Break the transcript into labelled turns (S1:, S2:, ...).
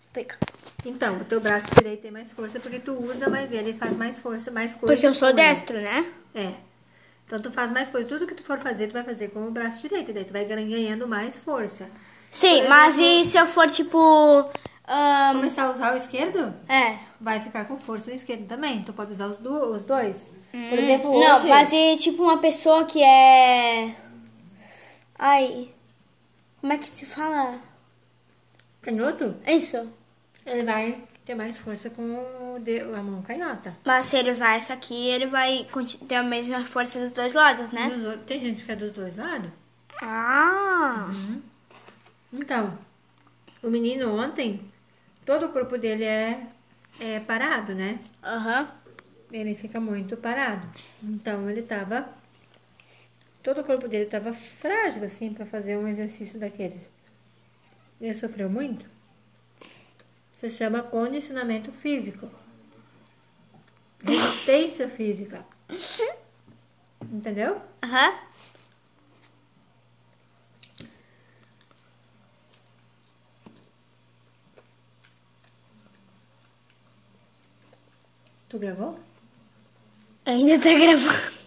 S1: Explica.
S2: Então, o teu braço direito tem mais força porque tu usa mais ele, faz mais força, mais coisa.
S1: Porque eu sou
S2: com ele.
S1: destro, né?
S2: É. Então tu faz mais coisa. Tudo que tu for fazer, tu vai fazer com o braço direito. Daí tu vai gan- ganhando mais força.
S1: Sim, mas e se eu for tipo. ahn,
S2: Começar a usar o esquerdo,
S1: é.
S2: vai ficar com força o esquerdo também. Tu pode usar os, du- os dois. Por exemplo,
S1: Hum,
S2: hoje...
S1: Não, mas e tipo uma pessoa que é. Ai. Como é que se fala?
S2: Canhoto,
S1: Isso.
S2: ele vai ter mais força com o de- a mão canhota.
S1: Mas se ele usar essa aqui, ele vai conti- ter a mesma força dos dois lados, né?
S2: Dos outros- Tem gente que é dos dois lados.
S1: Ah!
S2: Então, o menino ontem, todo o corpo dele é, é parado, né?
S1: Aham.
S2: Ele fica muito parado. Então, ele tava. Todo o corpo dele tava frágil, assim, para fazer um exercício daqueles. Ele sofreu muito. Se chama condicionamento físico. Resistência física. Entendeu?
S1: Aham.
S2: Tu gravou?
S1: Ainda tá gravando.